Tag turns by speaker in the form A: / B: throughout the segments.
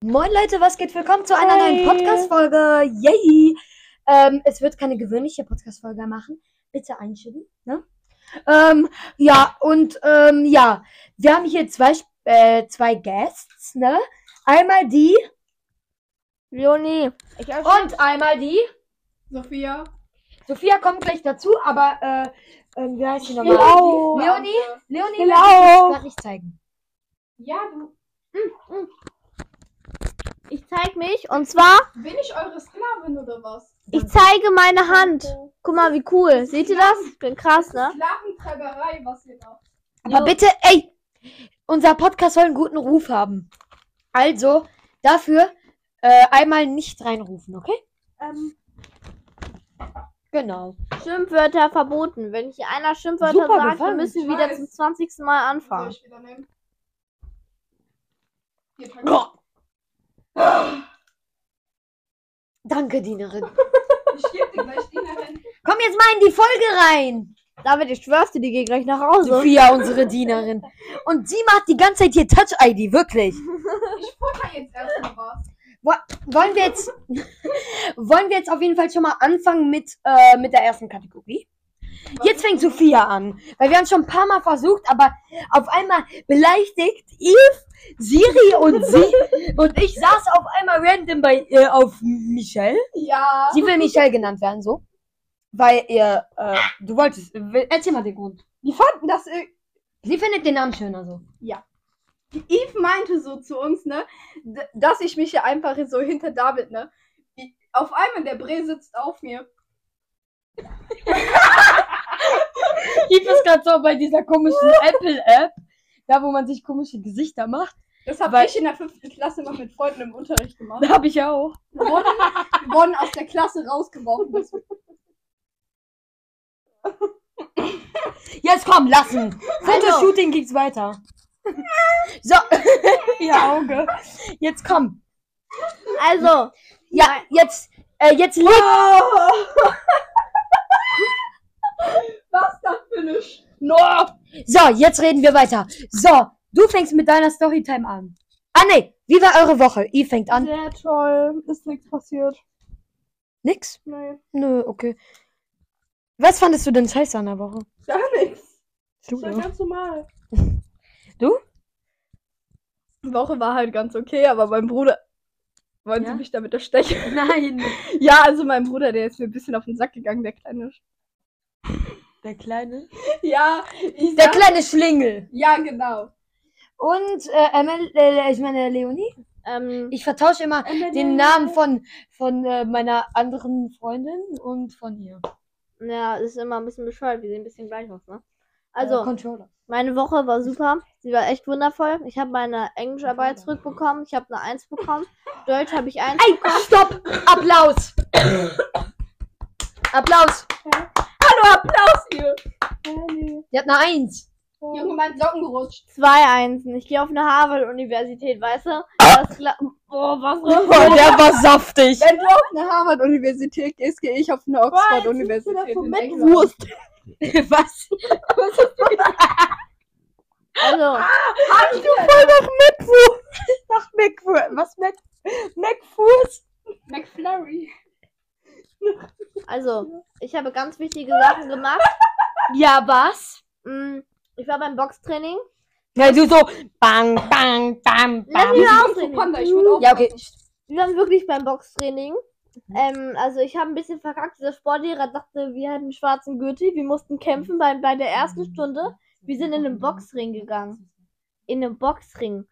A: Moin Leute, was geht? Willkommen zu einer
B: Hi.
A: neuen Podcast-Folge. Yay! Ähm, es wird keine gewöhnliche Podcast-Folge machen. Bitte einschieben, ne? Ähm, ja, und ähm, ja, wir haben hier zwei, Sp- äh, zwei Guests, ne? Einmal die
B: Leonie. Ich
A: und einmal die.
C: Sophia.
A: Sophia kommt gleich dazu, aber äh, ähm, wie heißt sie nochmal?
B: Hello.
A: Leonie? Leonie will
B: Hello.
A: ich grad nicht zeigen.
C: Ja, du,
B: ich zeig mich. Und zwar,
C: bin ich eure Sklavin oder was?
B: ich zeige meine Hand. Guck mal, wie cool. Seht ihr das? Ich bin krass, ne?
C: Sklaventreiberei, was ihr da.
A: Aber
B: Jo.
A: bitte, ey, unser Podcast soll einen guten Ruf haben. Also, dafür äh, einmal nicht reinrufen, okay?
C: Ähm,
A: Genau.
B: Schimpfwörter verboten. Wenn ich einer Schimpfwörter
A: Super
B: sagt, wir
A: gefallen,
B: müssen
C: ich
B: wieder
C: weiß.
B: zum 20. Mal
C: soll
B: anfangen.
C: ich wieder nehmen? Hier, pack-
A: Oh. Danke, Dienerin.
C: Ich geb dir gleich die Hand.
A: Komm jetzt mal in die Folge rein.
B: David, ich schwör's dir, die gehen gleich nach Hause.
A: Sophia, unsere Dienerin. Und sie macht die ganze Zeit hier Touch-ID, wirklich.
C: Ich futter jetzt erstmal was.
A: Wollen wir jetzt, wollen wir jetzt auf jeden Fall schon mal anfangen mit, äh, mit der ersten Kategorie?
C: was
A: Jetzt
C: ist
A: fängt
C: das?
A: Sophia an, weil wir haben schon ein paar Mal versucht, aber auf einmal beleidigt Eve, Siri und sie und ich saß auf einmal random bei äh, auf Michelle.
C: Ja.
A: Sie will Michelle genannt werden, so. Weil ihr, äh, du wolltest, will- erzähl mal den Grund.
C: Die fanden das. äh, ir-
A: Sie findet den Namen schöner so.
C: Eve meinte so zu uns, ne? d- Dass ich mich hier einfach so hinter David, ne? I- Auf einmal der Bre sitzt auf mir.
A: Eve ist gerade so bei dieser komischen Apple-App, da wo man sich komische Gesichter macht.
C: Das habe
A: Weil-
C: ich in der fünften Klasse noch mit Freunden im Unterricht gemacht.
A: Da habe ich ja auch.
C: Wir wurden, wir wurden aus der Klasse rausgeworfen. Das
A: Jetzt komm, lassen. Fotoshooting geht's weiter. So. Ihr Auge. Jetzt komm.
B: Also,
A: Ja, jetzt, äh, jetzt leg.
C: Was das für eine Sch
A: No. So, jetzt reden wir weiter. So, du fängst mit deiner Storytime an. Ah, nee, wie war eure Woche? Ihr fängt an.
C: Sehr toll. Ist nichts passiert.
A: Nix?
C: Nee.
A: Nö, okay. Was fandest du denn scheiße an der Woche?
C: Gar nichts.
A: Du,
C: Das war ganz normal.
A: Du?
C: Die Woche war halt ganz okay, aber mein Bruder. Wollen
A: Ja?
C: Sie mich damit erstechen?
A: Nein,
C: Ja, also mein Bruder, der ist mir ein bisschen auf den Sack gegangen, der kleine. Sch
A: der kleine.
C: ja, ich
A: Der
C: sag-
A: kleine Schlingel.
C: Ja, genau.
A: Und, äh, Emel, äh, ich meine, Leonie?
B: ähm,
A: Ich vertausche immer den Namen von, von äh, meiner anderen Freundin und von ihr.
B: ja, das ist immer ein bisschen bescheuert. Wir sehen ein bisschen gleich aus, ne?
A: Äh,
B: Also,
A: Controller.
B: Meine Woche war super. Sie war echt wundervoll. Ich habe meine Englischarbeit zurückbekommen. Ich habe eine 1 bekommen. Deutsch habe ich 1.
A: Ey, stopp! Applaus! Applaus!
C: Hallo, Applaus hier.
A: Die hat eine Eins.
C: Junge, mein Socken rutscht.
B: Zwei Einsen. Ich gehe auf eine Harvard-Universität, weißt du?
C: Ah!
B: Das gla- Boah, was
A: Boah, der war saftig.
C: Wenn du auf eine Harvard-Universität gehst, gehe ich auf eine Oxford-Universität. in England.
A: Was?
B: Also,
A: Nach McFur. Was? Mac McFurs?
C: McFlurry.
B: also, ich habe ganz wichtige Sachen gemacht.
A: Ja, was?
B: Mm, Ich war beim Boxtraining.
A: Ja, du so. Bang, bang, bang,
B: Lass
A: bang.
B: mich mal
C: Kung Fu
B: ausreden.
C: Panda, ich würde auch.
A: Ja, okay.
B: Wir waren wirklich beim Boxtraining. Ähm, also ich habe ein bisschen verkackt. Dieser Sportlehrer dachte, wir hätten einen schwarzen Gürtel. Wir mussten kämpfen bei, bei der ersten Stunde. Wir sind in den Boxring gegangen. In den Boxring.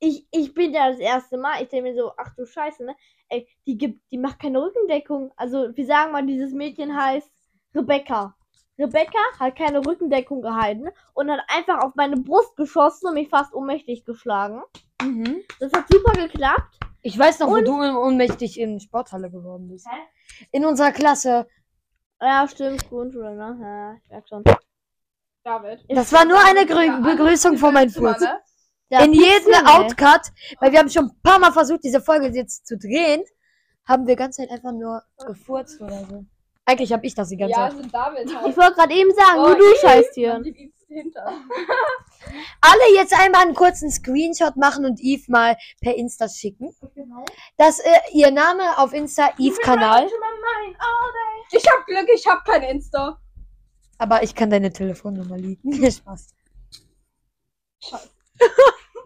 B: Ich, ich bin da das erste Mal. Ich denke mir so, ach du Scheiße, ne? Ey, die gibt, die macht keine Rückendeckung. Also wir sagen mal, dieses Mädchen heißt Rebecca. Rebecca hat keine Rückendeckung gehalten und hat einfach auf meine Brust geschossen und mich fast ohnmächtig geschlagen.
A: Mhm.
B: Das hat super geklappt.
A: Ich weiß noch, wo
B: Und-
A: du ohnmächtig in Sporthalle geworden bist.
B: Hä?
A: In unserer Klasse.
B: Ah Ja, stimmt, Grundschule, ne? Ja, ich merk schon.
C: David.
A: Das war nur eine Grü
C: Ja, ah, also
A: Begrüßung von meinem Furz.
C: Ne?
B: Ja,
A: in jedem
B: Pixel, ey.
A: Outcut, weil wir haben schon ein paar Mal versucht, diese Folge jetzt zu drehen, haben wir ganz halt einfach nur gefurzt oder so. Eigentlich habe ich das die ganze
C: Ja,
A: Zeit.
C: also David
B: Ich
C: halt.
B: wollte gerade eben sagen,
C: Oh,
B: nur du
C: ich-
B: scheißt hier.
C: Die liegt hinter.
A: Alle jetzt einmal einen kurzen Screenshot machen und Eve mal per Insta schicken.
C: Genau.
A: Dass äh, ihr Name auf Insta Eve Kanal.
C: Ich hab Glück, ich hab kein Insta.
A: Aber ich kann deine Telefonnummer liegen. Spaß.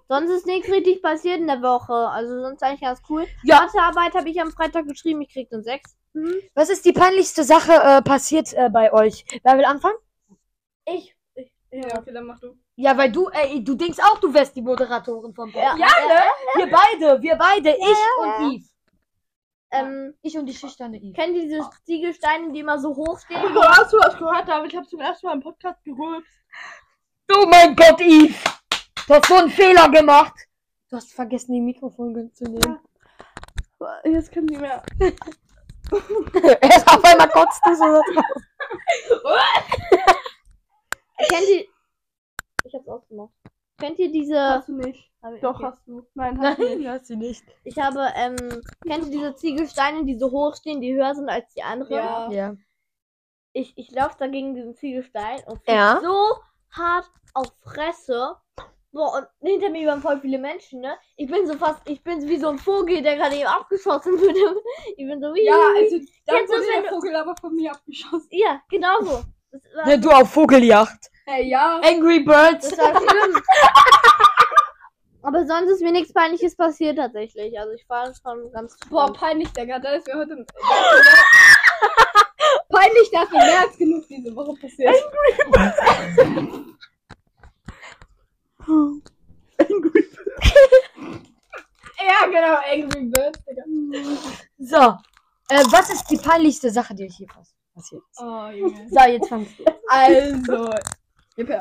B: Sonst ist nichts richtig passiert in der Woche. Also sonst eigentlich ganz cool.
A: Ja.
B: Mathearbeit habe ich am Freitag geschrieben, ich krieg dann sechs.
A: Was ist die peinlichste Sache äh, passiert äh, bei euch? Wer will anfangen?
B: Ich.
C: Ja, okay, dann mach du.
A: Ja, weil du, ey, du denkst auch, du wärst die Moderatorin vom Podcast.
C: Ja, ne?
A: Wir beide, wir beide, ich und Eve.
B: Ähm,
A: Ich und die schüchterne Eve. Ah.
B: kennt ihr diese Ziegelsteine, die immer so hoch stehen?
C: Hast du was gehört, David? Ich hab zum ersten Mal im Podcast geholt.
A: Oh mein Gott, Eve! Du hast so einen Fehler gemacht! Du hast vergessen, die Mikrofon zu nehmen.
C: Jetzt können die mehr.
A: Erst auf einmal kotzt du so.
B: Kennt ihr. Ich hab's ausgemacht. Kennt ihr diese.
C: Hast du nicht.
B: Hab ich-
C: Doch,
B: okay.
C: hast du. Nein, hast du
A: Nein,
C: nicht.
A: hast sie nicht.
B: Ich habe, ähm, kennt ihr diese Ziegelsteine, die so hoch stehen, die höher sind als die anderen?
C: Ja.
A: Ja.
B: Ich, ich laufe da gegen diesen Ziegelstein und flieg
A: Ja.
B: so hart auf Fresse. Boah, und hinter mir waren voll viele Menschen, ne? Ich bin so fast, ich bin wie so ein Vogel, der gerade eben abgeschossen wurde. Ich bin so wie.
C: Ja, also, da
B: Kennst du das,
C: wurde
B: wenn
C: der
B: du-
C: Vogel aber von mir abgeschossen.
B: Ja, genau so. Das war,
A: du auf Vogeljagd.
C: Hey, ja.
A: Angry Birds.
B: das war schlimm. Aber sonst ist mir nichts Peinliches passiert tatsächlich. Also ich war schon ganz.
C: Boah, peinlich, Digga. Das ist mir heute. peinlich, dass mir mehr als genug diese Woche passiert. ja, genau, Angry Birds, Digga.
A: So. Äh, was ist die peinlichste Sache, die euch hier pass- passiert ist?
C: Oh, Junge.
A: So, jetzt fangst du.
C: Also, Jipper.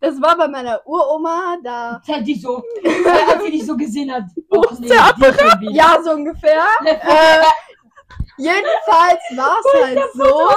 C: das war bei meiner Uroma, da.
A: Zählt dich so. Als sie dich so gesehen hat. Och, nee, die ja.
C: Ja, so ungefähr. äh, jedenfalls war es halt so.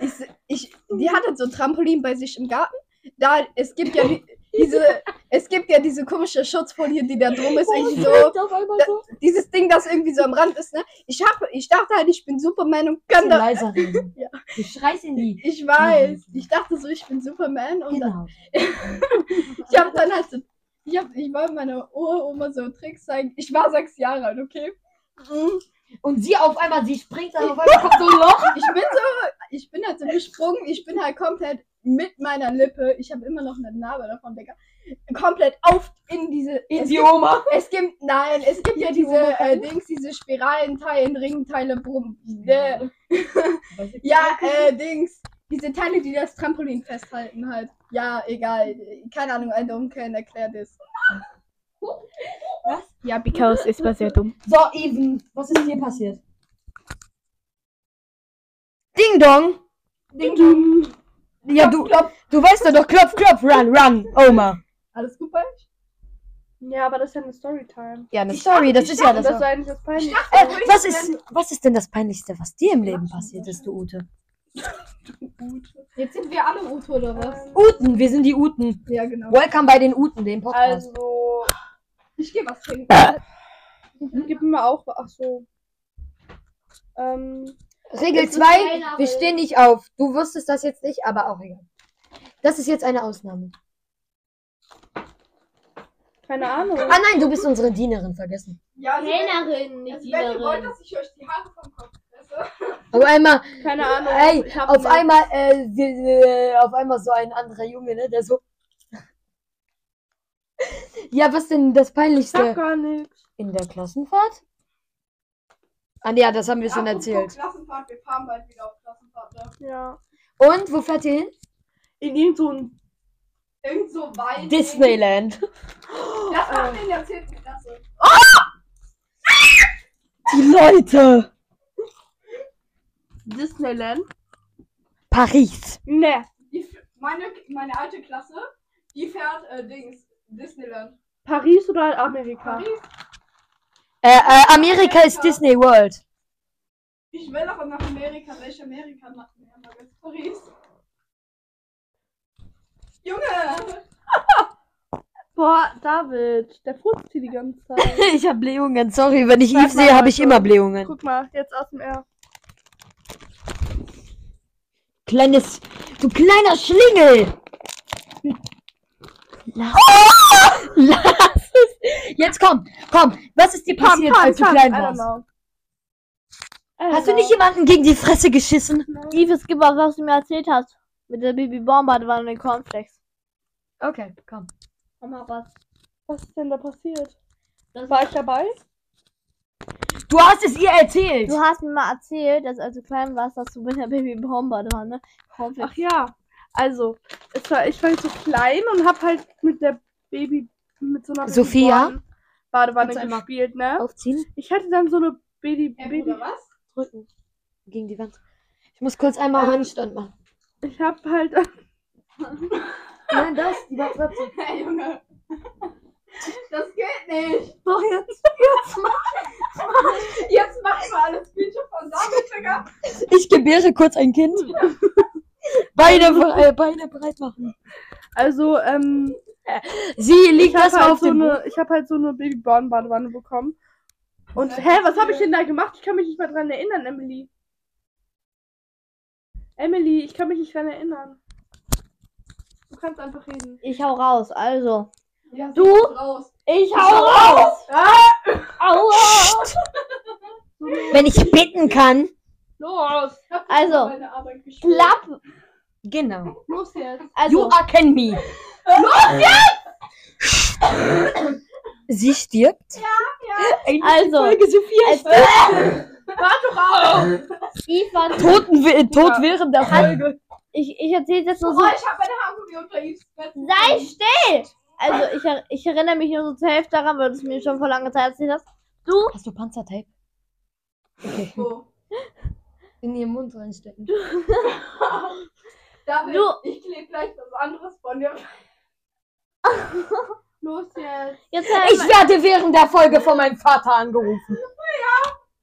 C: Ich, ich, die hatte so ein Trampolin bei sich im Garten. Da, es gibt ja die, diese, es gibt ja diese komische Schutzfolie, die da drum ist, irgendwie so,
B: auf einmal so.
C: dieses Ding, das irgendwie so am Rand ist, ne? Ich hab, ich dachte halt, ich bin Superman und kann da,
A: leiser reden.
C: Ja.
A: Du schreist in die.
C: ich weiß, ich dachte so, ich bin Superman und
A: Genau.
C: ich habe dann halt so, ich, hab, ich wollte meiner Uroma so Tricks zeigen. Ich war sechs Jahre alt, okay? Mhm.
A: Und sie auf einmal, sie springt dann auf einmal kommt so ein Loch.
C: Ich bin so, ich bin halt so gesprungen, ich bin halt komplett mit meiner Lippe, ich habe immer noch eine Narbe davon, Digga, komplett auf in diese, es, gibt,
A: Oma.
C: es gibt, nein, es gibt ja
A: In die
C: diese
A: Oma
C: äh, Dings, diese Spiralenteile, Ringteile, Brumm, äh, ja, äh, Dings, diese Teile, die das Trampolin festhalten halt. Ja, egal, keine Ahnung, ein Dummkern erklärt es.
D: Ja, because es war sehr dumm.
A: So, Even, was ist dir passiert? Ding Dong.
C: Ding dong.
A: Ja, du, du weißt doch, doch, klopf, klopf, run, run, Oma.
C: Alles gut bei euch?
D: Ja, aber das ist ja eine Storytime.
A: Ja, ne, sorry, das ist ja das.
D: war eigentlich das Peinliche.
A: Äh, was, ist, was ist denn das Peinlichste, was dir im Leben passiert ist, du Ute?
C: Jetzt sind wir alle Ute oder was?
A: Uten, wir sind die Uten.
C: Ja, genau.
A: Welcome bei den Uten, dem Podcast.
D: Also,
C: Ich gehe was trinken.
A: Mhm.
D: gib mir auch. Ach so. Ähm,
A: Regel 2, wir stehen nicht auf. Du wusstest das jetzt nicht, aber auch egal. Das ist jetzt eine Ausnahme.
D: keine Ahnung.
A: Ah nein, du bist unsere Dienerin, vergessen.
C: Ja,
B: Trainerin, nicht
C: Also, wenn ihr wollt,
B: Dienerin.
C: dass ich euch die Haare vom Kopf fresse.
A: Auf einmal,
D: Keine Ahnung.
A: ey,
D: Ich hab
A: auf
D: eine-
A: einmal, äh, die- die- auf einmal so ein anderer Junge, ne, der so. Ja, was denn das
D: Ich sag
A: Peinlichste?
D: gar nichts.
A: In der Klassenfahrt? Ah, ja, das haben wir schon
C: Apropos
A: erzählt.
C: Klassenfahrt, wir fahren bald wieder auf Klassenfahrt. Ne?
D: Ja.
A: Und, wo fährt ihr hin?
D: In irgend so ein.
C: Irgend so weit.
A: Disneyland.
C: Das
D: Oh.
C: macht den der 10. Klasse.
A: Die Leute!
D: Disneyland?
A: Paris.
D: Ne.
C: Die, f- meine, meine alte Klasse, die fährt äh, Dings. Disneyland.
D: Paris oder Amerika?
C: Paris.
A: Äh, äh, Amerika ist Disney World.
C: Ich will aber nach Amerika. Welche Amerika macht mir aber jetzt Paris? Junge!
D: Boah, David, der furzt hier die ganze Zeit.
A: Ich habe Blähungen, sorry. Wenn ich
D: Sag
A: Eve
D: mal,
A: sehe, habe ich
D: Leute.
A: immer Blähungen.
D: Guck mal, jetzt aus dem R.
A: Kleines. Du kleiner Schlingel! Lass, lass es! Jetzt komm, komm! Was ist dir passiert, als du klein warst? Hast du nicht jemanden gegen die Fresse geschissen?
B: Liebes gib auf, was du mir erzählt hast. Mit der Baby Bombardewanne und den Cornflakes.
A: Okay, komm.
B: Komm mal was.
D: Was ist denn da passiert?
B: Das-
D: War ich dabei?
A: Du hast es ihr erzählt!
B: Du hast mir mal erzählt, dass als du klein warst, dass du mit der Baby Bombardewanne Cornflakes.
D: Ach ja. Also, es war, ich war halt so klein und hab halt mit der Baby, mit so einer
A: Sophia?
D: Babyborn- Badewanne
A: Kannst du einmal-
D: gespielt, ne?
A: Aufziehen?
D: Ich hatte dann so eine Baby, Baby,
C: was?
A: Drücken. Gegen die Wand. Ich muss kurz einmal Handstand machen.
D: ich hab halt,
A: Nein, das, die war trotzdem.
C: Hey, Junge. Das geht nicht.
A: Doch, jetzt.
C: Jetzt machen wir alles Bildschirm von damit, Digga.
A: Ich gebäre kurz ein Kind. Beine, bere- äh, Beine breit machen.
D: also, ähm,
A: Sie liegt
D: ich hab
A: erstmal
D: halt
A: auf
D: so
A: dem Boden.
D: eine, ich hab halt so eine Babyborn Badewanne bekommen. Und,
C: Ja,
D: hä, was habe
C: cool.
D: ich denn da gemacht? Ich kann mich nicht mehr dran erinnern, Emily. Emily, ich kann mich nicht dran erinnern. Du kannst einfach reden.
B: Ich hau raus, also.
C: Ja,
B: Du?
C: sieht Raus.
B: Ich hau raus!
D: Ah!
B: Aua!
A: Wenn ich bitten kann.
D: Los!
C: Ich hab
B: Also,
C: meine Arbeit gespielt.
B: Klapp!
A: Genau.
C: Los jetzt.
A: You
B: Also,
A: erkennen me. Los jetzt! Sie stirbt. Ja, ja.
B: Also,
A: Folge Sophia
B: es-
A: stirbt.
B: Steve war
A: Toten, wi- tot während der Folge.
B: Ich, ich erzähle jetzt nur
C: Oh,
B: so.
C: ich hab meine Haargummi unter Yves Bett.
B: Sei still! Also, ich, er- ich erinnere mich nur so zur Hälfte daran, weil du es mir schon vor langer Zeit erzählt hast. Du,
A: Hast du Panzertape?
C: So.
A: In ihren Mund reinstecken.
C: David,
B: Du.
C: ich klebe gleich was anderes von dir. Los jetzt.
B: jetzt hör
A: Ich
B: mal,
A: werde während der Folge von meinem Vater angerufen.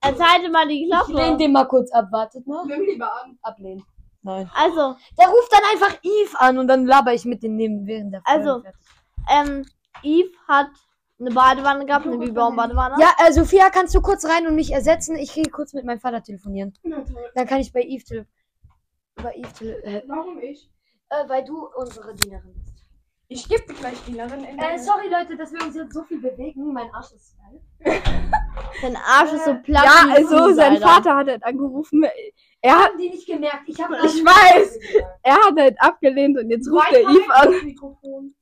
B: jetzt halte mal die
A: Ich lehne
B: Klappe.
A: den mal kurz ab. Wartet mal.
C: Nimm lieber an.
A: Ablehnen. Nein.
B: Also,
A: Der ruft dann einfach Eve an und dann laber ich mit dem neben während der Folge.
B: Also, ähm, Eve hat eine Badewanne gehabt, eine Biberbadewanne.
A: Ja, äh, Sophia, kannst du kurz rein und mich ersetzen? Ich gehe kurz mit meinem Vater telefonieren.
C: Na toll.
A: Dann kann ich bei Eve tele bei Eve tele äh,
C: Warum ich?
A: äh, weil du unsere Dienerin bist.
C: Ich geb dir gleich Dienerin in
A: Äh,
C: der
A: sorry Leute, dass wir uns jetzt so viel bewegen. Mein Arsch ist geil.
B: Dein Arsch ist so platt.
D: Ja,
B: wie ein
D: also
B: Fuß,
D: sein
B: Alter.
D: Vater hat halt angerufen. Er hat,
A: Haben die nicht gemerkt? Ich habe
D: ich weiß, er hat halt abgelehnt und jetzt ruft er Eve an.
C: Mikrofon.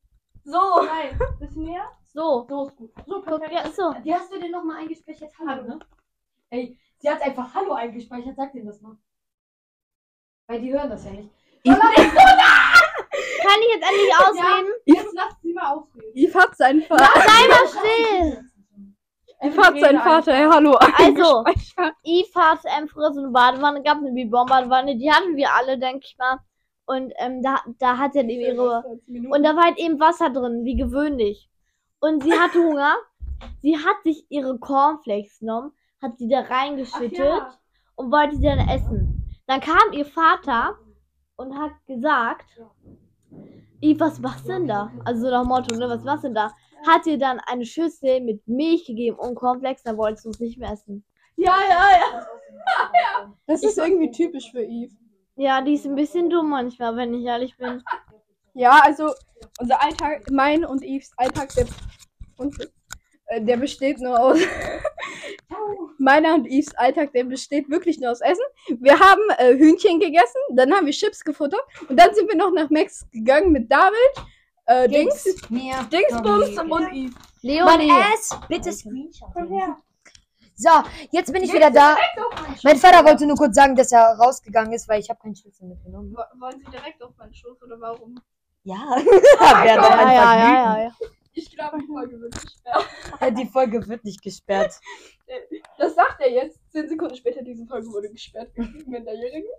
B: So,
C: Nein, bisschen näher.
B: so.
C: So ist gut. So,
B: Guck, ja, so.
A: Wie hast du denn nochmal eingespeichert? Hallo,
C: Hallo.
A: ne? Ey, sie hat einfach Hallo eingespeichert. Sag denen das mal. Weil die hören das ja nicht.
B: Kann ich jetzt endlich ausreden?
C: Jetzt lass sie mal aufreden.
D: Eve hat seinen Vater,
B: Sei mal still!
D: Eve hat seinen Vater, hey, hallo.
B: Also,
D: eingespeichert.
B: Eve hat ähm, früher so eine Badewanne gehabt, eine Bibon-Badewanne, die hatten wir alle, denke ich mal. Und ähm, da, da hat sie halt eben ihre. Und da war halt eben Wasser drin, wie gewöhnlich. Und sie hatte Hunger. Sie hat sich ihre Cornflakes genommen, hat sie da reingeschüttet
C: ja.
B: und wollte sie dann essen. Dann kam ihr Vater und hat gesagt, Eve, was machst du denn da? Also so nach Motto, ne, was machst du denn da? Hat ihr dann eine Schüssel mit Milch gegeben und Cornflakes, dann wolltest du es nicht mehr essen.
C: Ja, ja, ja.
D: Das ist irgendwie typisch für Eve.
B: Ja, die ist ein bisschen dumm manchmal, wenn ich ehrlich bin.
D: Ja, also unser Alltag, mein und Eves Alltag, der, und, äh, der besteht nur aus. Meiner und Eves Alltag, der besteht wirklich nur aus Essen. Wir haben äh, Hühnchen gegessen, dann haben wir Chips gefuttert und dann sind wir noch nach Max gegangen mit David, äh, Dings,
A: Mir.
D: Dingsbums und Eve.
A: Mein
B: Leonie,
A: Ass, bitte Screenshot. So, jetzt bin ich wieder da. Mein Vater wollte nur kurz sagen, dass er rausgegangen ist, weil ich habe keinen Schlüssel mitgenommen.
C: Wollen sie direkt auf meinen Schoß oder warum?
A: Ja. Oh Wäre doch
B: ja,
A: ein
B: ja, ja,
A: Vergnügen.
B: ja, ja.
C: Ich glaube, ich mal gewünscht. Ja.
A: Die Folge wird nicht gesperrt.
C: Das sagt er jetzt. Zehn Sekunden später, diese Folge wurde gesperrt. wegen Minderjährigen.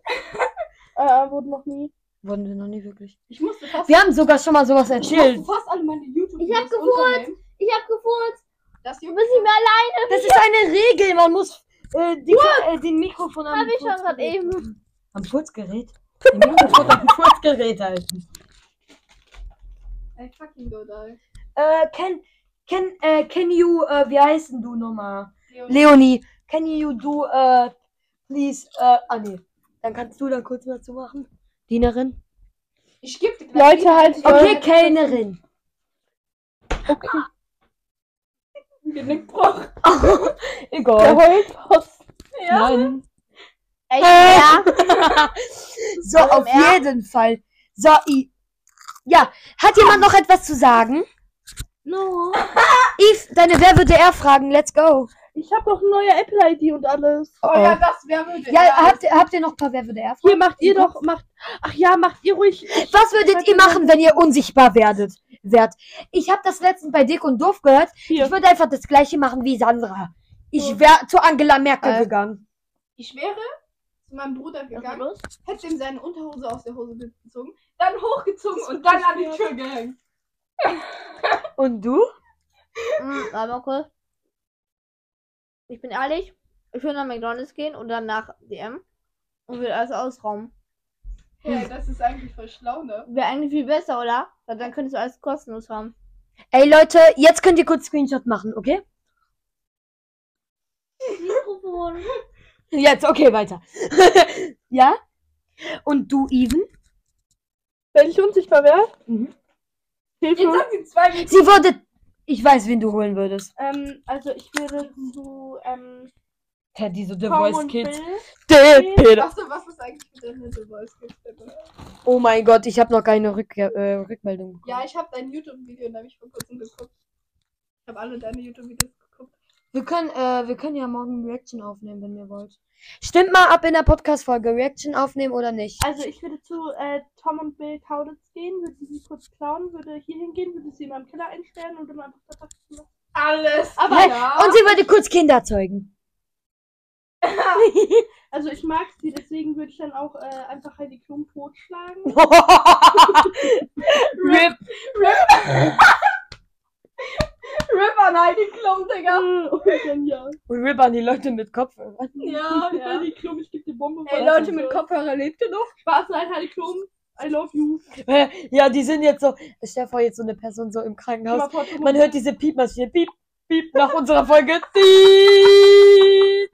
D: Äh, wurde noch nie.
A: Wurden wir noch nie wirklich.
C: Ich musste fast,
A: Wir haben sogar schon mal sowas
C: ich musste
A: erzählt.
C: fast alle meine youtube
B: Ich hab gefurzt. Ich hab gefurzt.
C: Das
B: Du
C: juckt
B: bist nicht mehr allein.
A: Das ist eine Regel. Man muss äh, die, äh, den Mikrofon am
B: Hab ich schon
A: Furzgerät
B: grad eben.
A: halten. Am Furzgerät? Den Mikrofon am halt. Furzgerät halten.
C: Ey, fucking good, ey.
A: Äh, can, can, äh, can you, äh, wie heißt denn du nochmal?
C: Leo,
A: Leonie, uh, can you do, äh, please, äh, ah nee. Dann kannst du dann kurz dazu machen. Dienerin?
E: Ich geb dir gleich
D: Leute,
A: halt-
D: haltet
A: Okay, Kellnerin.
E: Genickbruch.
D: Der
A: Egal.
D: Heulpost.
E: Ja.
A: Nein.
B: Echt, ja?
A: So, auf jeden Fall. So, I. Ja, hat jemand noch etwas zu sagen?
B: No.
A: Yves, deine Wer würde er fragen? Let's go.
D: Ich habe doch eine neue Apple-ID und alles.
E: Oh ja, das wäre würde.
A: Ja, halt- habt, ihr- habt ihr noch ein paar Wer würde er fragen?
D: Hier macht ihr doch, macht. Ach ja, macht ihr ruhig.
A: Was würdet ihr machen, wenn ihr unsichtbar werdet? Wert. Ich habe das letztens bei Dick und Doof gehört.
D: Hier.
A: Ich würde einfach das gleiche machen wie Sandra. Ich wäre zu Angela Merkel
D: Äh.
A: gegangen.
E: Ich wäre zu meinem Bruder gegangen,
B: los?
E: hätte ihm seine Unterhose aus der Hose gezogen, dann hochgezogen und dann an die Tür gehängt.
A: Und du?
B: Mhm, warte mal kurz. Ich bin ehrlich, ich würde nach McDonalds gehen und dann nach DM und würde alles ausrauben.
E: Hey, das ist eigentlich voll schlau, ne?
B: Wäre eigentlich viel besser, oder? Weil dann könntest du alles kostenlos haben.
A: Ey Leute, jetzt könnt ihr kurz Screenshot machen, okay?
B: Mikrofon.
A: Jetzt, okay, weiter. ja? Und du, Even?
D: Wenn ich unsichtbar wäre.
A: Mhm.
E: Jetzt
D: Hilfe.
E: haben sie zwei Mädchen.
A: Sie würde. Ich weiß, wen du holen würdest.
D: Ähm, also ich würde zu ähm,
A: Teddy, so The
D: Tom
A: Voice
D: und
A: Kids.
D: Bill.
A: Der Peter.
E: Achso, was ist eigentlich mit deiner The Voice Kids? Stimme?
A: Oh mein Gott, ich habe noch keine Rückkehr, äh, Rückmeldung.
E: Ja, ich habe dein YouTube-Video nämlich vor kurzem geguckt. Ich habe alle deine YouTube-Videos geguckt.
A: Wir können, äh, wir können ja morgen Reaction aufnehmen, wenn ihr wollt. Stimmt mal ab in der Podcast-Folge. Reaction aufnehmen oder nicht?
D: Also ich würde zu äh, Tom und Bill Kaulitz gehen, würde sie kurz klauen, würde hier hingehen, würde sie in meinem Keller einsperren und dann einfach verpacken.
E: Alles.
D: Aber
A: Hä?
D: ja.
A: Und sie würde kurz Kinder zeugen.
D: Also ich mag sie, deswegen würde ich dann auch äh, einfach Heidi Klum totschlagen.
A: Rip.
E: Rip an Heidi Klum, Digga.
D: Äh, Und dann ja.
A: Und Rip an die Leute mit Kopf.
E: Ja, ja.
D: Heidi Klum, ich geb dir Bombe.
C: Ey, Leute mit Kopfhörer, lebt ihr noch?
D: Spaß, nein, Heidi Klum. I love you.
A: Hä? Ja, die sind jetzt so. Stell dir vor, jetzt so eine Person so im Krankenhaus. Man hört diese Piepmaschine. Piep, piep, nach unserer Folge. Piep.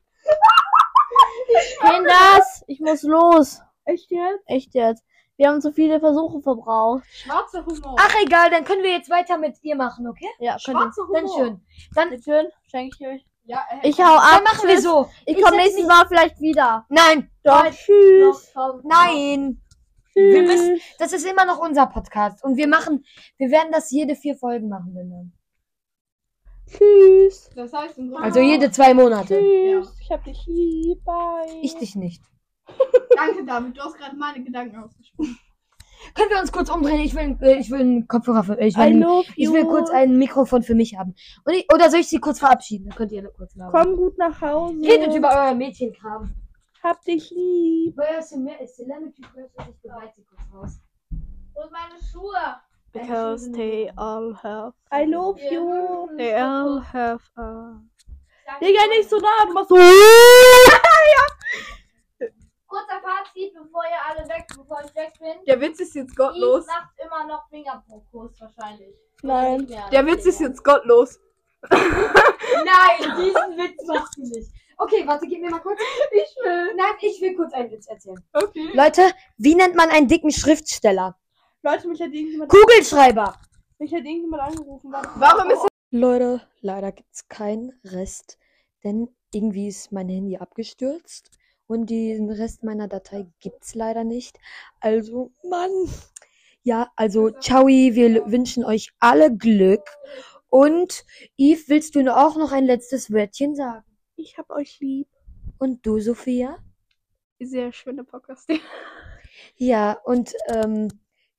B: Kinders, ich muss los.
D: Echt jetzt?
B: Echt jetzt. Wir haben zu viele Versuche verbraucht.
E: Schwarzer Humor.
A: Ach, egal, dann können wir jetzt weiter mit ihr machen, okay?
B: Ja, könnt
E: Schwarzer Humor.
A: Dann schön. Dann,
B: ihr. Schön, schenke ich euch.
E: Ja,
D: äh,
E: ey.
B: Ich hau ab.
A: dann machen wir so.
B: Ich
A: Ich
B: komme
A: setz
B: nächstes
A: mich-
B: Mal vielleicht wieder.
A: Nein,
B: Doch.
D: Tschüss.
B: Doch, komm.
A: nein. Wir müssen, das ist immer noch unser Podcast. Und wir machen, wir werden das jede vier Folgen machen. Wenn dann.
D: Tschüss.
E: Das heißt, im Grunde
A: Also jede zwei Monate.
D: Tschüss. Ich hab dich lieb. Bye.
A: Ich dich nicht.
E: Danke, David. Du hast gerade meine Gedanken ausgesprochen.
A: Können wir uns kurz umdrehen? Ich will, äh, ich will einen Kopfhörer für, ich will,
D: I
A: einen-
D: love you.
A: ich will kurz ein Mikrofon für mich haben. Und ich, oder soll ich sie kurz verabschieden? Dann könnt ihr alle kurz labern.
D: Komm gut nach Hause.
A: Redet über euer Mädchenkram.
D: Hab dich lieb.
A: Euer Celebrity Crush ist bereit, sie kurz raus.
E: Und meine Schuhe.
B: Because they all have.
D: I love you.
B: They all have. Uh,
D: Digga, nicht so nah. Du machst so.
F: Kurzer Fazit, bevor ihr alle weg, bevor ich weg bin.
C: Der Witz ist jetzt gottlos.
F: Yves macht immer noch Fingerprokurs wahrscheinlich.
D: Nein.
F: Nicht mehr.
C: Der Witz ist jetzt gottlos.
A: Nein, diesen Witz machst du nicht. Okay, warte, gib mir mal kurz. Ich will. Nein, ich will kurz einen Witz erzählen.
E: Okay.
A: Leute, wie nennt man einen dicken Schriftsteller?
D: Leute, mich hat irgendjemand,
A: Kugelschreiber.
D: mich hat irgendjemand angerufen. Warte.
C: Warum ist
A: Leute, leider gibt's keinen Rest, denn irgendwie ist mein Handy abgestürzt und den Rest meiner Datei gibt's leider nicht. Also, Mann. Ja, also, ciao, wir wünschen euch alle Glück. Und Yves, willst du auch noch ein letztes Wörtchen sagen?
D: Ich hab euch lieb.
A: Und du, Sophia?
C: Sehr schöne Podcast.
A: Ja, und ähm,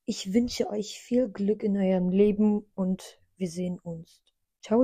A: ich wünsche euch viel Glück in eurem Leben und wir sehen uns. Ciao.